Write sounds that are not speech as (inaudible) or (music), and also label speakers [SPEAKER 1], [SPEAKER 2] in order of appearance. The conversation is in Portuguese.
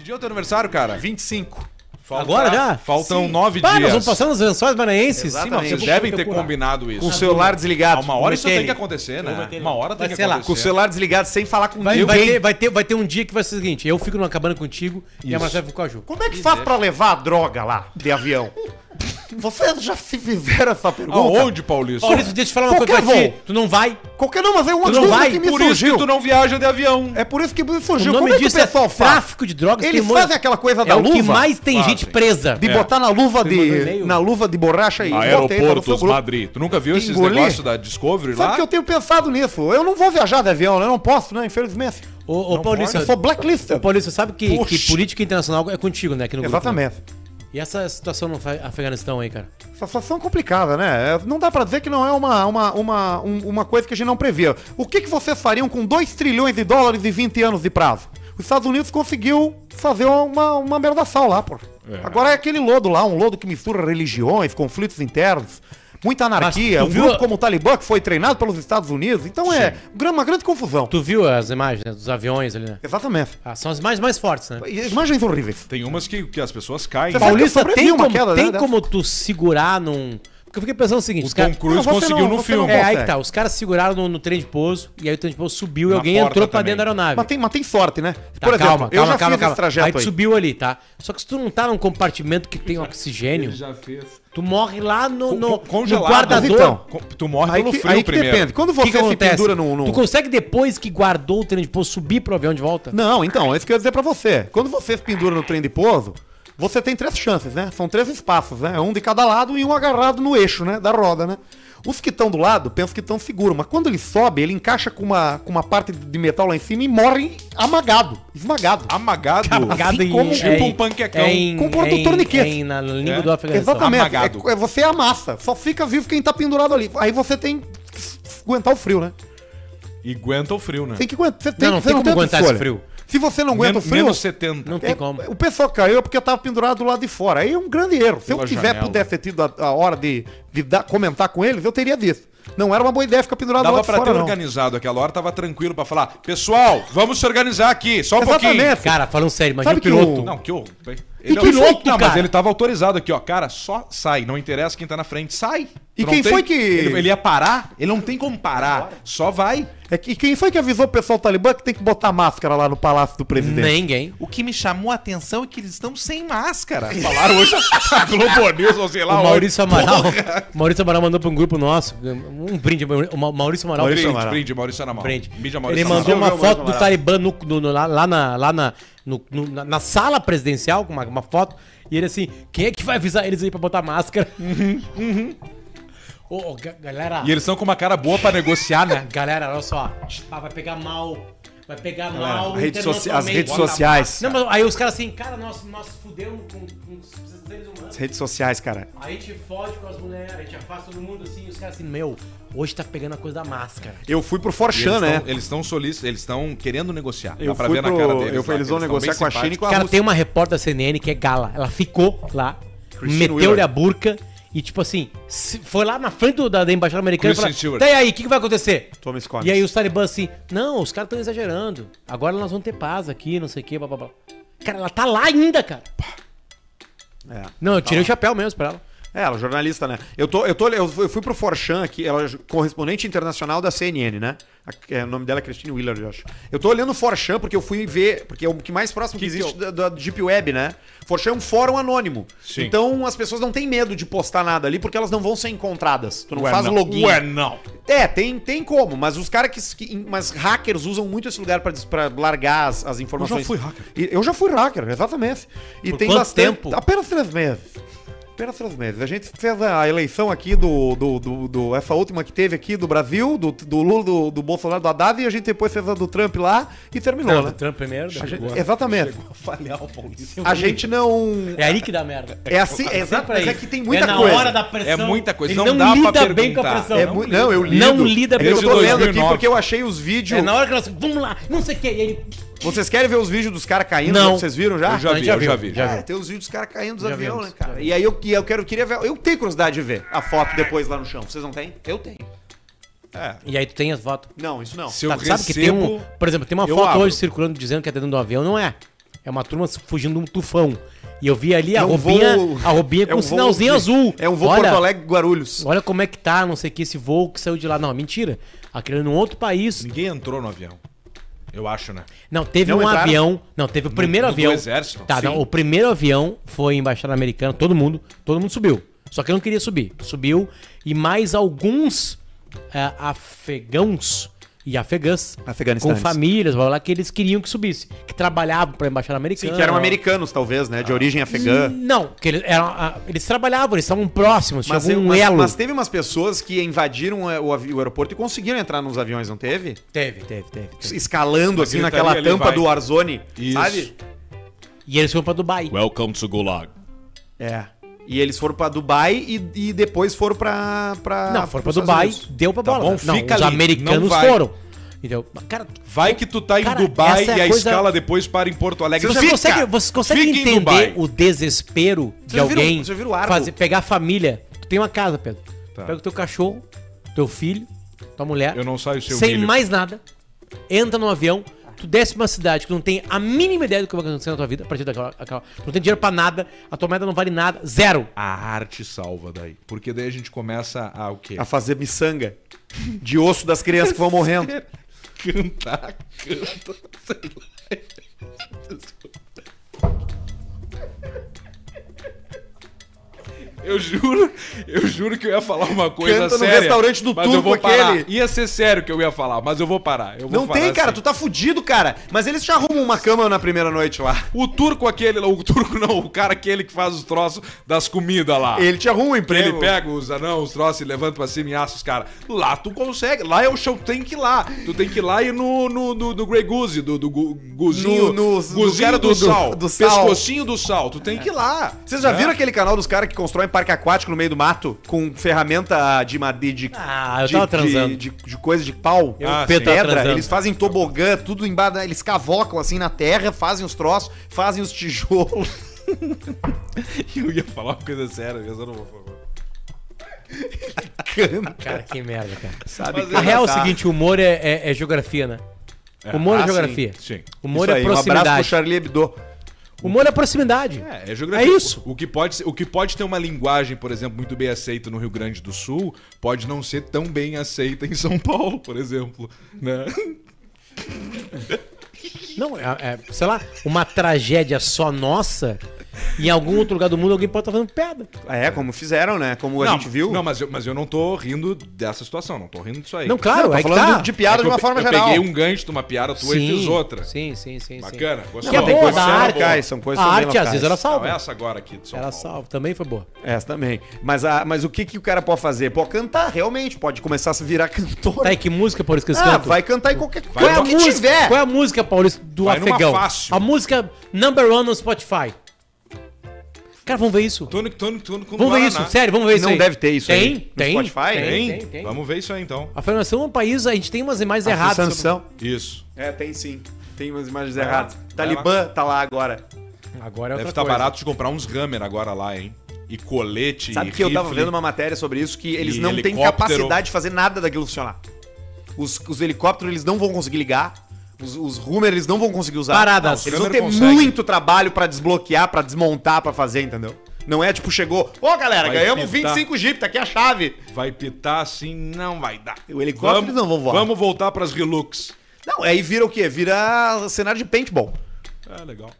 [SPEAKER 1] Que dia é o teu aniversário, cara?
[SPEAKER 2] 25.
[SPEAKER 3] Agora já?
[SPEAKER 1] Faltam nove
[SPEAKER 3] Pá, nós
[SPEAKER 1] dias.
[SPEAKER 3] vamos passando os lençóis maranhenses?
[SPEAKER 1] Sim,
[SPEAKER 2] Exatamente.
[SPEAKER 1] mas vocês devem ter combinado isso.
[SPEAKER 2] Com o celular desligado.
[SPEAKER 1] Ah, uma hora isso
[SPEAKER 2] meter
[SPEAKER 1] tem
[SPEAKER 2] ele.
[SPEAKER 1] que acontecer, né?
[SPEAKER 3] meter ele.
[SPEAKER 1] Uma hora tem
[SPEAKER 3] Vai
[SPEAKER 1] que
[SPEAKER 3] ser lá.
[SPEAKER 1] acontecer.
[SPEAKER 2] Com o celular desligado sem falar com
[SPEAKER 3] Vai,
[SPEAKER 2] ninguém.
[SPEAKER 3] vai, ter, vai, ter, vai ter um dia que vai ser o seguinte: eu fico numa cabana contigo e a Marcela fica com a Ju.
[SPEAKER 4] Como é que faz pra levar a droga lá de avião? Vocês já se fizeram essa pergunta?
[SPEAKER 1] Aonde, Paulista?
[SPEAKER 3] Paulista, deixa eu te falar uma
[SPEAKER 4] Qualquer
[SPEAKER 3] coisa pra ti.
[SPEAKER 4] voo.
[SPEAKER 3] Tu não vai.
[SPEAKER 4] Qualquer não, mas é uma
[SPEAKER 3] Tu não
[SPEAKER 4] dúvida
[SPEAKER 3] vai,
[SPEAKER 4] que me
[SPEAKER 1] Por isso
[SPEAKER 4] surgiu.
[SPEAKER 1] que tu não viaja de avião.
[SPEAKER 4] É por isso que me
[SPEAKER 3] O
[SPEAKER 4] surgiu.
[SPEAKER 3] nome
[SPEAKER 4] Como é que o
[SPEAKER 3] disso é
[SPEAKER 4] pessoal faz?
[SPEAKER 3] tráfico de drogas.
[SPEAKER 4] Eles
[SPEAKER 3] tem um monte-
[SPEAKER 4] fazem aquela coisa
[SPEAKER 3] é
[SPEAKER 4] da
[SPEAKER 3] o que
[SPEAKER 4] luva?
[SPEAKER 3] mais É. tem
[SPEAKER 1] Fazem.
[SPEAKER 3] gente presa.
[SPEAKER 4] De botar na luva
[SPEAKER 3] mandou
[SPEAKER 4] de
[SPEAKER 3] e-mail?
[SPEAKER 4] na luva de borracha e bota entra no seu grupo.
[SPEAKER 1] Madrid. Tu nunca viu esses
[SPEAKER 4] Engolir?
[SPEAKER 1] negócios da Discovery
[SPEAKER 4] Sabe
[SPEAKER 1] lá?
[SPEAKER 4] que eu tenho pensado nisso? Eu não vou viajar de avião, né? eu não posso, né? Infelizmente.
[SPEAKER 3] Ô, ô Paulista,
[SPEAKER 4] Eu sou blacklisted.
[SPEAKER 3] ô, Paulista, sabe que, que
[SPEAKER 4] Poxa.
[SPEAKER 3] política internacional é contigo, né? Aqui no grupo, né?
[SPEAKER 4] Exatamente.
[SPEAKER 3] E essa situação no Afga- Afeganistão aí, cara?
[SPEAKER 4] Essa situação é complicada, né? É, Não dá pra dizer que não é uma, uma, uma, um- uma coisa que a gente não previa. O que, que vocês fariam com 2 trilhões de dólares e 20 anos de prazo? Os Estados Unidos conseguiu fazer uma, uma merda sal lá, pô. Agora é aquele lodo lá, um lodo que mistura religiões, conflitos internos, muita anarquia,
[SPEAKER 3] tu
[SPEAKER 4] um
[SPEAKER 3] viu
[SPEAKER 4] grupo
[SPEAKER 3] a-
[SPEAKER 4] como o Talibã que foi treinado pelos Estados Unidos. Então é gra- uma grande confusão.
[SPEAKER 3] Tu viu as imagens né, dos aviões ali, né?
[SPEAKER 4] Exatamente.
[SPEAKER 3] Ah, são as imagens mais fortes, né?
[SPEAKER 4] E- Imagens horríveis.
[SPEAKER 1] Tem umas que, que as pessoas caem.
[SPEAKER 4] Você
[SPEAKER 1] Paulista,
[SPEAKER 3] Paulista,
[SPEAKER 4] sobrevivi
[SPEAKER 3] tem,
[SPEAKER 4] uma
[SPEAKER 3] como,
[SPEAKER 4] queda,
[SPEAKER 3] tem
[SPEAKER 4] né,
[SPEAKER 3] como tu segurar num... Porque eu fiquei pensando o seguinte,
[SPEAKER 1] o
[SPEAKER 3] os
[SPEAKER 1] Tom
[SPEAKER 3] caras...
[SPEAKER 1] Cruise
[SPEAKER 4] Não, você
[SPEAKER 1] conseguiu
[SPEAKER 4] não-
[SPEAKER 1] no
[SPEAKER 4] você
[SPEAKER 1] filme.
[SPEAKER 4] não
[SPEAKER 3] É, aí que
[SPEAKER 4] consegue.
[SPEAKER 3] tá, os caras seguraram no, no trem de pouso, e aí o trem de pouso subiu e
[SPEAKER 1] Na
[SPEAKER 3] alguém
[SPEAKER 1] porta
[SPEAKER 3] entrou pra
[SPEAKER 1] também.
[SPEAKER 3] dentro da aeronave.
[SPEAKER 4] Mas tem, mas tem sorte, né?
[SPEAKER 3] Tá, calma, calma,
[SPEAKER 4] eu já
[SPEAKER 3] calma,
[SPEAKER 4] fiz
[SPEAKER 3] calma.
[SPEAKER 4] esse trajeto aí.
[SPEAKER 3] aí tu subiu ali, tá? Só que se tu não tá num compartimento que tem
[SPEAKER 4] É.
[SPEAKER 3] oxigênio, tu morre lá no, no, no
[SPEAKER 1] congelado.
[SPEAKER 3] guardador.
[SPEAKER 4] Então,
[SPEAKER 1] Co- Tu morre
[SPEAKER 4] Aí
[SPEAKER 1] pelo
[SPEAKER 4] que,
[SPEAKER 1] frio
[SPEAKER 4] aí que
[SPEAKER 1] primeiro.
[SPEAKER 4] depende. Quando
[SPEAKER 3] O que,
[SPEAKER 4] você
[SPEAKER 3] que
[SPEAKER 4] se
[SPEAKER 3] acontece?
[SPEAKER 4] pendura num... num-
[SPEAKER 3] Tu consegue, depois que guardou o trem de pouso, subir pro avião de volta?
[SPEAKER 4] Não, então, é isso que eu ia dizer pra você. Quando você se pendura no trem de pouso, você tem três chances, né? São três espaços, né? Um de cada lado e um agarrado no eixo, né? Da roda, né? Os que estão do lado pensam que estão seguros, mas quando ele sobe, ele encaixa com uma, com uma parte de metal lá em cima e morre amagado, esmagado.
[SPEAKER 1] Amagado.
[SPEAKER 3] Amagado
[SPEAKER 4] assim como-
[SPEAKER 1] tipo um panquecão.
[SPEAKER 4] Com porta do torniquete.
[SPEAKER 3] é em- na língua
[SPEAKER 1] É.
[SPEAKER 3] do Afeganistão.
[SPEAKER 4] Exatamente.
[SPEAKER 1] amagado.
[SPEAKER 4] É, é você amassa. Só fica vivo quem tá pendurado ali. Aí você tem que aguentar o frio, né?
[SPEAKER 1] E aguenta o frio, né?
[SPEAKER 4] Tem que aguentar. Você tem,
[SPEAKER 3] não
[SPEAKER 4] você
[SPEAKER 3] tem como
[SPEAKER 4] outra
[SPEAKER 3] aguentar esse
[SPEAKER 4] escolha.
[SPEAKER 3] frio.
[SPEAKER 4] Se você não aguenta
[SPEAKER 1] Menos-
[SPEAKER 4] o frio,
[SPEAKER 1] Menos 70.
[SPEAKER 3] Não
[SPEAKER 4] É,
[SPEAKER 3] tem como.
[SPEAKER 4] O pessoal caiu porque tava pendurado do lado de fora. Aí é um grande erro. Se
[SPEAKER 1] Pela
[SPEAKER 4] eu tiver,
[SPEAKER 1] janela.
[SPEAKER 4] pudesse ter tido a, a hora de, de dar- comentar com eles, eu teria visto. Não era uma boa ideia ficar pendurado
[SPEAKER 1] Dava
[SPEAKER 4] do
[SPEAKER 1] pra
[SPEAKER 4] lado de
[SPEAKER 1] ter
[SPEAKER 4] fora, não.
[SPEAKER 1] organizado aquela hora, tava tranquilo pra falar. Pessoal, vamos se organizar aqui, só um pouquinho.
[SPEAKER 4] Exatamente.
[SPEAKER 3] Cara, falando sério, imagina
[SPEAKER 4] assim. Sabe
[SPEAKER 3] o
[SPEAKER 4] que
[SPEAKER 3] piloto.
[SPEAKER 4] o-
[SPEAKER 1] Não, que eu.
[SPEAKER 3] E que louco,
[SPEAKER 1] é Não, mas
[SPEAKER 3] cara.
[SPEAKER 1] ele tava autorizado aqui, ó. Cara, só sai. Não interessa quem tá na frente. Sai. Tu
[SPEAKER 4] E
[SPEAKER 1] não
[SPEAKER 4] quem
[SPEAKER 1] tem-
[SPEAKER 4] foi que-
[SPEAKER 1] Ele, ele ia parar? Ele não tem como parar. Só vai.
[SPEAKER 4] É que, e quem foi que avisou o pessoal do Talibã que tem que botar máscara lá no palácio do presidente?
[SPEAKER 3] Ninguém.
[SPEAKER 2] O que me chamou a atenção é que eles estão sem máscara.
[SPEAKER 1] Falaram hoje (laughs) a Globo News, ou sei lá.
[SPEAKER 3] O
[SPEAKER 1] onde.
[SPEAKER 3] Maurício Amaral. (laughs) o Maurício Amaral mandou pra um grupo nosso. Um brinde. O Ma- Maurício Amaral. um
[SPEAKER 1] Brinde,
[SPEAKER 3] brinde,
[SPEAKER 1] brinde, brinde, Maurício Amaral.
[SPEAKER 3] brinde.
[SPEAKER 1] Mídia Maurício
[SPEAKER 3] Ele mandou
[SPEAKER 1] Amaral.
[SPEAKER 4] Viu,
[SPEAKER 3] uma
[SPEAKER 4] viu,
[SPEAKER 3] foto do
[SPEAKER 4] Maurício
[SPEAKER 3] Talibã no, no- no- lá, lá na, lá na, no- no- na, na sala presidencial, com uma, uma foto. E ele assim: quem é que vai avisar eles aí pra botar máscara? (laughs) Ô, ô, ga- galera.
[SPEAKER 1] E eles estão com uma cara boa pra negociar, né?
[SPEAKER 3] Galera, olha só. Ah, vai pegar mal. Vai pegar mal.
[SPEAKER 2] a rede soci-
[SPEAKER 3] internacionalmente.
[SPEAKER 2] as redes sociais.
[SPEAKER 3] Não, mas aí os caras assim, cara, nós, nós fudemos com, com os seres humanos.
[SPEAKER 2] As redes sociais, cara.
[SPEAKER 3] A gente fode com as mulheres, a gente afasta todo mundo assim, e os caras assim, meu, hoje tá pegando a coisa da máscara.
[SPEAKER 4] Eu fui pro
[SPEAKER 1] E
[SPEAKER 4] Forchan,
[SPEAKER 1] eles
[SPEAKER 4] né?
[SPEAKER 1] tão- Eles estão solícitos, eles estão querendo negociar.
[SPEAKER 4] Eu fui pro- eu fui-
[SPEAKER 1] lá,
[SPEAKER 4] eles
[SPEAKER 1] tá? tão
[SPEAKER 4] vão negociar
[SPEAKER 1] bem
[SPEAKER 4] com a China e com a
[SPEAKER 3] Cara,
[SPEAKER 4] Rússia.
[SPEAKER 3] tem uma repórter da CNN que é gala. Ela ficou lá,
[SPEAKER 4] Christine
[SPEAKER 3] meteu-lhe
[SPEAKER 4] Willard.
[SPEAKER 3] a burca e, tipo assim, se- foi lá na frente do- da, da embaixada americana e
[SPEAKER 1] Kristen
[SPEAKER 3] falou:
[SPEAKER 1] Stewart.
[SPEAKER 3] Tá e aí, o que, que vai acontecer?
[SPEAKER 4] Toma esse corte.
[SPEAKER 3] E aí os talibãs assim: Não, os caras estão exagerando. Agora nós vamos ter paz aqui, não sei o quê, blá blá blá. Cara, ela tá lá ainda, cara.
[SPEAKER 4] É.
[SPEAKER 3] Não, eu tirei o chapéu mesmo pra ela.
[SPEAKER 4] É, ela é jornalista, né? Eu, tô, eu, tô, eu fui eu fui pro Forchan aqui, ela é correspondente internacional da CNN, né? A- é, o nome dela é Christine Willard, eu acho. Eu tô olhando o Forchan porque eu fui ver, porque é o que mais próximo que,
[SPEAKER 1] Que que
[SPEAKER 4] existe da, da Deep Web, né? Forchan é um fórum anônimo.
[SPEAKER 1] Sim.
[SPEAKER 4] Então as pessoas não têm medo de postar nada ali porque elas não vão ser encontradas. Tu não
[SPEAKER 1] Ué,
[SPEAKER 4] faz
[SPEAKER 1] não.
[SPEAKER 4] login.
[SPEAKER 1] Ué, não.
[SPEAKER 4] É, tem, tem como, mas os caras que, que. Mas hackers usam muito esse lugar pra, des- pra largar as, as informações.
[SPEAKER 1] fui hacker.
[SPEAKER 4] E- eu já fui hacker, exatamente. E
[SPEAKER 3] Por
[SPEAKER 4] tem
[SPEAKER 3] quanto
[SPEAKER 4] bastante.
[SPEAKER 3] tempo?
[SPEAKER 4] Apenas três meses. Apenas três meses. A gente fez a eleição aqui do. do, do, do- essa última que teve aqui do Brasil, do, do Lula, do, do Bolsonaro, do Haddad, e a gente depois fez a do Trump lá e terminou, né?
[SPEAKER 3] Trump primeiro,
[SPEAKER 4] A gente- exatamente.
[SPEAKER 1] Falhar o Paulista.
[SPEAKER 4] A gente não.
[SPEAKER 3] É aí que dá merda.
[SPEAKER 4] É assim, é exato, mas é que tem muita
[SPEAKER 3] é na
[SPEAKER 4] coisa.
[SPEAKER 3] hora da pressão.
[SPEAKER 1] É muita coisa,
[SPEAKER 3] Ele
[SPEAKER 1] não dá pra
[SPEAKER 3] bem com a
[SPEAKER 1] perguntar.
[SPEAKER 3] pressão.
[SPEAKER 4] É
[SPEAKER 1] Não
[SPEAKER 4] mu-
[SPEAKER 1] lida.
[SPEAKER 4] não, eu lido.
[SPEAKER 3] Não lida bem
[SPEAKER 4] Eu
[SPEAKER 3] com
[SPEAKER 1] Desde
[SPEAKER 4] tô
[SPEAKER 3] a pressão.
[SPEAKER 4] lendo aqui
[SPEAKER 1] 2009.
[SPEAKER 4] porque eu achei os vídeos.
[SPEAKER 3] É na hora que nós. Vamos lá, não sei o que. E ele.
[SPEAKER 4] Vocês querem ver os vídeos dos caras caindo? né,
[SPEAKER 3] Não.
[SPEAKER 4] Vocês viram já?
[SPEAKER 1] Eu já
[SPEAKER 3] a gente
[SPEAKER 1] vi,
[SPEAKER 3] Ah, já
[SPEAKER 1] eu já
[SPEAKER 3] viu,
[SPEAKER 1] vi.
[SPEAKER 3] já
[SPEAKER 4] Cara, tem os vídeos dos caras caindo dos
[SPEAKER 3] Já
[SPEAKER 4] aviões,
[SPEAKER 3] vimos,
[SPEAKER 4] né, cara? E aí eu, e eu quero, queria ver. Eu tenho curiosidade de ver a foto depois lá no chão. Vocês não têm? Eu tenho.
[SPEAKER 3] E aí tu tem as fotos.
[SPEAKER 4] Não, isso não.
[SPEAKER 1] Se eu
[SPEAKER 3] Tá, tu
[SPEAKER 1] recebo...
[SPEAKER 3] sabe que tem um. Por exemplo, tem uma
[SPEAKER 4] eu
[SPEAKER 3] foto
[SPEAKER 4] abro.
[SPEAKER 3] hoje circulando dizendo que é dentro do avião, não é. É uma turma fugindo de um tufão. E eu vi ali a
[SPEAKER 4] É um
[SPEAKER 3] roupinha,
[SPEAKER 4] voo-
[SPEAKER 3] a roupinha
[SPEAKER 4] é
[SPEAKER 3] com
[SPEAKER 4] um
[SPEAKER 3] um
[SPEAKER 4] voo-
[SPEAKER 3] sinalzinho azul.
[SPEAKER 4] É um voo Porto Alegre Guarulhos.
[SPEAKER 3] Olha como é que tá, não sei o que, esse voo que saiu de lá. Não, mentira. Aquele era num outro país.
[SPEAKER 1] Ninguém entrou no avião. Eu acho, né?
[SPEAKER 3] Não, teve
[SPEAKER 4] Não
[SPEAKER 3] um
[SPEAKER 4] entraram?
[SPEAKER 3] avião. Não, teve o primeiro
[SPEAKER 1] no do
[SPEAKER 3] avião.
[SPEAKER 1] exército?
[SPEAKER 3] Tá,
[SPEAKER 1] Sim.
[SPEAKER 3] não, o primeiro avião foi embaixada americana, todo mundo, todo mundo subiu. Só que eu não queria subir. Subiu e mais alguns ah, afegãos e afegãs com
[SPEAKER 4] Afeganistanes.
[SPEAKER 3] famílias, blá, blá, blá, que eles queriam que subisse, que trabalhavam para embaixada americana.
[SPEAKER 4] Sim, que eram americanos, talvez, né? De origem afegã.
[SPEAKER 3] Não, que eles eram, ah, eles trabalhavam, eles estavam próximos, tinha
[SPEAKER 4] Mas,
[SPEAKER 3] algum
[SPEAKER 4] eu- mas-
[SPEAKER 3] elo.
[SPEAKER 4] mas teve umas pessoas que invadiram é, o, avi- o aeroporto e conseguiram entrar nos aviões, não teve?
[SPEAKER 3] Teve, teve, teve. teve.
[SPEAKER 4] Escalando assim
[SPEAKER 1] gritaria
[SPEAKER 4] naquela
[SPEAKER 1] ali
[SPEAKER 4] tampa
[SPEAKER 1] vai.
[SPEAKER 4] do Warzone,
[SPEAKER 1] Isso.
[SPEAKER 4] sabe?
[SPEAKER 3] E eles foram pra Dubai.
[SPEAKER 1] Welcome to Gulag.
[SPEAKER 4] É. E eles foram pra Dubai e, e depois foram pra. pra
[SPEAKER 3] não, foram pra
[SPEAKER 4] Ah, pros Estados
[SPEAKER 3] Dubai,
[SPEAKER 4] Unidos.
[SPEAKER 3] deu pra
[SPEAKER 1] Tá
[SPEAKER 3] bola.
[SPEAKER 1] bom,
[SPEAKER 3] não,
[SPEAKER 1] fica
[SPEAKER 3] os
[SPEAKER 1] ali, não
[SPEAKER 3] americanos
[SPEAKER 1] vai.
[SPEAKER 3] foram. Entendeu? Mas, cara,
[SPEAKER 1] Vai que tu tá em
[SPEAKER 3] Cara,
[SPEAKER 1] Dubai
[SPEAKER 3] essa é a
[SPEAKER 1] e a
[SPEAKER 3] coisa-
[SPEAKER 1] escala depois para em Porto Alegre.
[SPEAKER 3] Você
[SPEAKER 1] Fica!
[SPEAKER 3] consegue, você consegue
[SPEAKER 1] Fica em
[SPEAKER 3] entender
[SPEAKER 1] Dubai.
[SPEAKER 3] o desespero de
[SPEAKER 4] já viram-
[SPEAKER 3] alguém
[SPEAKER 4] vocês já viram o Argo?
[SPEAKER 3] fazer, pegar a família? Tu tem uma casa, Pedro.
[SPEAKER 1] Tá.
[SPEAKER 3] Pega o teu cachorro, teu filho, tua mulher.
[SPEAKER 1] Eu não saio sem o
[SPEAKER 3] Sem
[SPEAKER 1] milho.
[SPEAKER 3] mais nada. Entra no avião. Tu desce pra uma cidade que não tem a mínima ideia do que vai acontecer na tua vida a partir daquela. aquela- não tem dinheiro pra nada, a tua moeda não vale nada, zero.
[SPEAKER 1] A arte salva daí. Porque daí a gente começa a o quê?
[SPEAKER 4] A fazer miçanga de osso das crianças que vão
[SPEAKER 3] (laughs)
[SPEAKER 4] morrendo.
[SPEAKER 1] cantar, canta, sei lá. Eu juro, eu juro que eu ia falar uma coisa
[SPEAKER 4] Canta no
[SPEAKER 1] séria.
[SPEAKER 4] restaurante do
[SPEAKER 1] mas eu
[SPEAKER 4] turco
[SPEAKER 1] vou parar.
[SPEAKER 4] aquele.
[SPEAKER 1] Ia ser sério que eu ia falar, mas eu vou parar. Eu vou
[SPEAKER 4] Não
[SPEAKER 1] falar
[SPEAKER 4] tem, cara,
[SPEAKER 1] assim.
[SPEAKER 4] tu tá fudido, cara. Mas eles te arrumam uma cama na primeira noite lá.
[SPEAKER 1] O turco aquele, lá, o turco não, o cara aquele que faz os troços das comidas
[SPEAKER 3] Ah.
[SPEAKER 1] lá.
[SPEAKER 4] Ele te arruma um
[SPEAKER 1] Que Ele
[SPEAKER 4] emprego.
[SPEAKER 1] pega os anão, os troços e levanta pra cima e assa os caras. Lá tu consegue. Lá é o show, tem que ir lá. Tu tem que ir lá e no, no, no, no Grey Goose, do, do gu- Guzinho,
[SPEAKER 4] No- no- do
[SPEAKER 1] guzinho
[SPEAKER 4] cara
[SPEAKER 1] do,
[SPEAKER 4] do- do-
[SPEAKER 1] sal,
[SPEAKER 4] do sal.
[SPEAKER 1] pescocinho do sal. Tu tem que ir lá.
[SPEAKER 4] Vocês já
[SPEAKER 3] É.
[SPEAKER 1] né?
[SPEAKER 4] viram aquele canal dos caras que constroem parque aquático no meio do mato com ferramenta de madeira de,
[SPEAKER 3] Ah, eu
[SPEAKER 4] de,
[SPEAKER 3] tava transando.
[SPEAKER 4] de, de, de coisa de pau,
[SPEAKER 3] Eu,
[SPEAKER 1] Ah,
[SPEAKER 3] Pedro,
[SPEAKER 1] sim.
[SPEAKER 3] tava
[SPEAKER 4] pedra,
[SPEAKER 3] transando.
[SPEAKER 4] eles fazem tobogã, tudo embaixo, eles cavocam assim na terra, fazem os troços, fazem os tijolos.
[SPEAKER 1] (laughs)
[SPEAKER 4] (laughs)
[SPEAKER 1] Eu ia falar uma coisa séria, mas eu não vou falar.
[SPEAKER 3] Cara, que merda, cara.
[SPEAKER 4] Sabe?
[SPEAKER 1] Mas
[SPEAKER 3] (laughs) A real é o
[SPEAKER 4] cantar.
[SPEAKER 3] seguinte: o humor é, é- é geografia, né? humor é,
[SPEAKER 4] Tá. ah, sim,
[SPEAKER 3] geografia.
[SPEAKER 1] sim.
[SPEAKER 3] Humor
[SPEAKER 4] Isso
[SPEAKER 3] é
[SPEAKER 4] aí, Um abraço pro
[SPEAKER 3] proximidade.
[SPEAKER 4] Charlie Hebdo.
[SPEAKER 3] humor é proximidade.
[SPEAKER 1] É, é geografia.
[SPEAKER 3] É isso.
[SPEAKER 1] O, o que pode, ser- o que pode ter uma linguagem, por exemplo, muito bem aceita no Rio Grande do Sul, pode não ser tão bem aceita em São Paulo, por exemplo. Né?
[SPEAKER 3] Não, é, é, sei lá, uma tragédia só nossa, em algum outro lugar do mundo alguém pode estar fazendo piada.
[SPEAKER 4] É, como fizeram, né? Como a
[SPEAKER 1] não,
[SPEAKER 4] gente viu.
[SPEAKER 1] Não, mas eu, mas eu não tô rindo dessa situação, não tô rindo disso aí.
[SPEAKER 3] Não, claro,
[SPEAKER 4] Não, tô
[SPEAKER 3] é que
[SPEAKER 4] falando
[SPEAKER 3] tá.
[SPEAKER 4] de piada
[SPEAKER 1] É que
[SPEAKER 4] de uma
[SPEAKER 1] eu pe-
[SPEAKER 4] forma
[SPEAKER 1] eu
[SPEAKER 4] geral.
[SPEAKER 1] peguei um gancho de uma piada tua e fiz outra.
[SPEAKER 3] Sim, sim, sim.
[SPEAKER 1] Bacana,
[SPEAKER 3] sim.
[SPEAKER 1] gostou?
[SPEAKER 3] Que é
[SPEAKER 1] Não,
[SPEAKER 3] boa,
[SPEAKER 1] tem coisas
[SPEAKER 3] da
[SPEAKER 1] que são
[SPEAKER 3] arte.
[SPEAKER 4] locais, são coisas
[SPEAKER 3] a
[SPEAKER 4] que são bem
[SPEAKER 3] arte, às
[SPEAKER 4] locais. é
[SPEAKER 3] vezes, ela
[SPEAKER 1] Não, é
[SPEAKER 3] salva.
[SPEAKER 1] essa agora aqui de São
[SPEAKER 3] Ela
[SPEAKER 1] Paulo.
[SPEAKER 3] salva, também foi boa.
[SPEAKER 4] Essa É, também. Mas, a, mas o que, que o cara pode fazer? Pode cantar, realmente. Pode começar a se virar (laughs) cantor.
[SPEAKER 3] Tá, e que música por isso que eles
[SPEAKER 4] ah,
[SPEAKER 3] cantam?
[SPEAKER 4] vai cantar em qualquer
[SPEAKER 1] Vai
[SPEAKER 4] coisa
[SPEAKER 1] numa-
[SPEAKER 4] que
[SPEAKER 3] música,
[SPEAKER 4] tiver.
[SPEAKER 3] Qual é a música, Paulista, do
[SPEAKER 1] Vai numa
[SPEAKER 3] Afegão?
[SPEAKER 1] fácil.
[SPEAKER 3] A música number one no Spotify. Cara, vamos ver isso.
[SPEAKER 1] Tônico, tônico, tônico com
[SPEAKER 3] Vamos ver
[SPEAKER 1] Guaraná.
[SPEAKER 3] isso, sério, vamos ver isso
[SPEAKER 4] Não
[SPEAKER 3] aí.
[SPEAKER 4] deve ter isso
[SPEAKER 3] tem,
[SPEAKER 4] aí. No
[SPEAKER 3] Tem,
[SPEAKER 4] Spotify?
[SPEAKER 3] tem, tem,
[SPEAKER 1] Tem?
[SPEAKER 3] tem.
[SPEAKER 1] Vamos ver isso aí então.
[SPEAKER 3] A Federação é um país, a gente tem umas imagens erradas. sobre-
[SPEAKER 4] Sanção.
[SPEAKER 1] Isso.
[SPEAKER 4] É, tem sim. Tem umas imagens
[SPEAKER 1] lá,
[SPEAKER 4] erradas.
[SPEAKER 1] vai
[SPEAKER 4] Talibã tá lá agora.
[SPEAKER 3] Agora é outra
[SPEAKER 1] Deve estar
[SPEAKER 3] coisa.
[SPEAKER 1] barato de comprar uns hammer agora lá, hein? E colete,
[SPEAKER 4] Sabe
[SPEAKER 1] e
[SPEAKER 4] que eu tava
[SPEAKER 1] rifle.
[SPEAKER 4] vendo uma matéria sobre isso que eles
[SPEAKER 1] E
[SPEAKER 4] não têm
[SPEAKER 1] helicóptero.
[SPEAKER 4] capacidade de fazer nada daquilo funcionar. Os, os helicópteros eles não vão conseguir ligar. Os, os Hummer eles não vão conseguir usar.
[SPEAKER 3] Parada.
[SPEAKER 4] Não, Eles vão
[SPEAKER 1] Hummer
[SPEAKER 4] ter
[SPEAKER 1] consegue.
[SPEAKER 4] muito trabalho pra desbloquear, pra desmontar, pra fazer, entendeu? Não é tipo, chegou, ô galera,
[SPEAKER 1] Vai
[SPEAKER 4] ganhamos
[SPEAKER 1] pintar.
[SPEAKER 4] 25 Jeep, tá aqui a chave.
[SPEAKER 1] Vai pitar assim, não vai dar.
[SPEAKER 4] O helicóptero
[SPEAKER 1] Vamos-
[SPEAKER 4] não vão voar.
[SPEAKER 1] Vamos voltar pras Relux.
[SPEAKER 4] Não, aí vira o quê? Vira cenário de paintball.
[SPEAKER 1] É legal.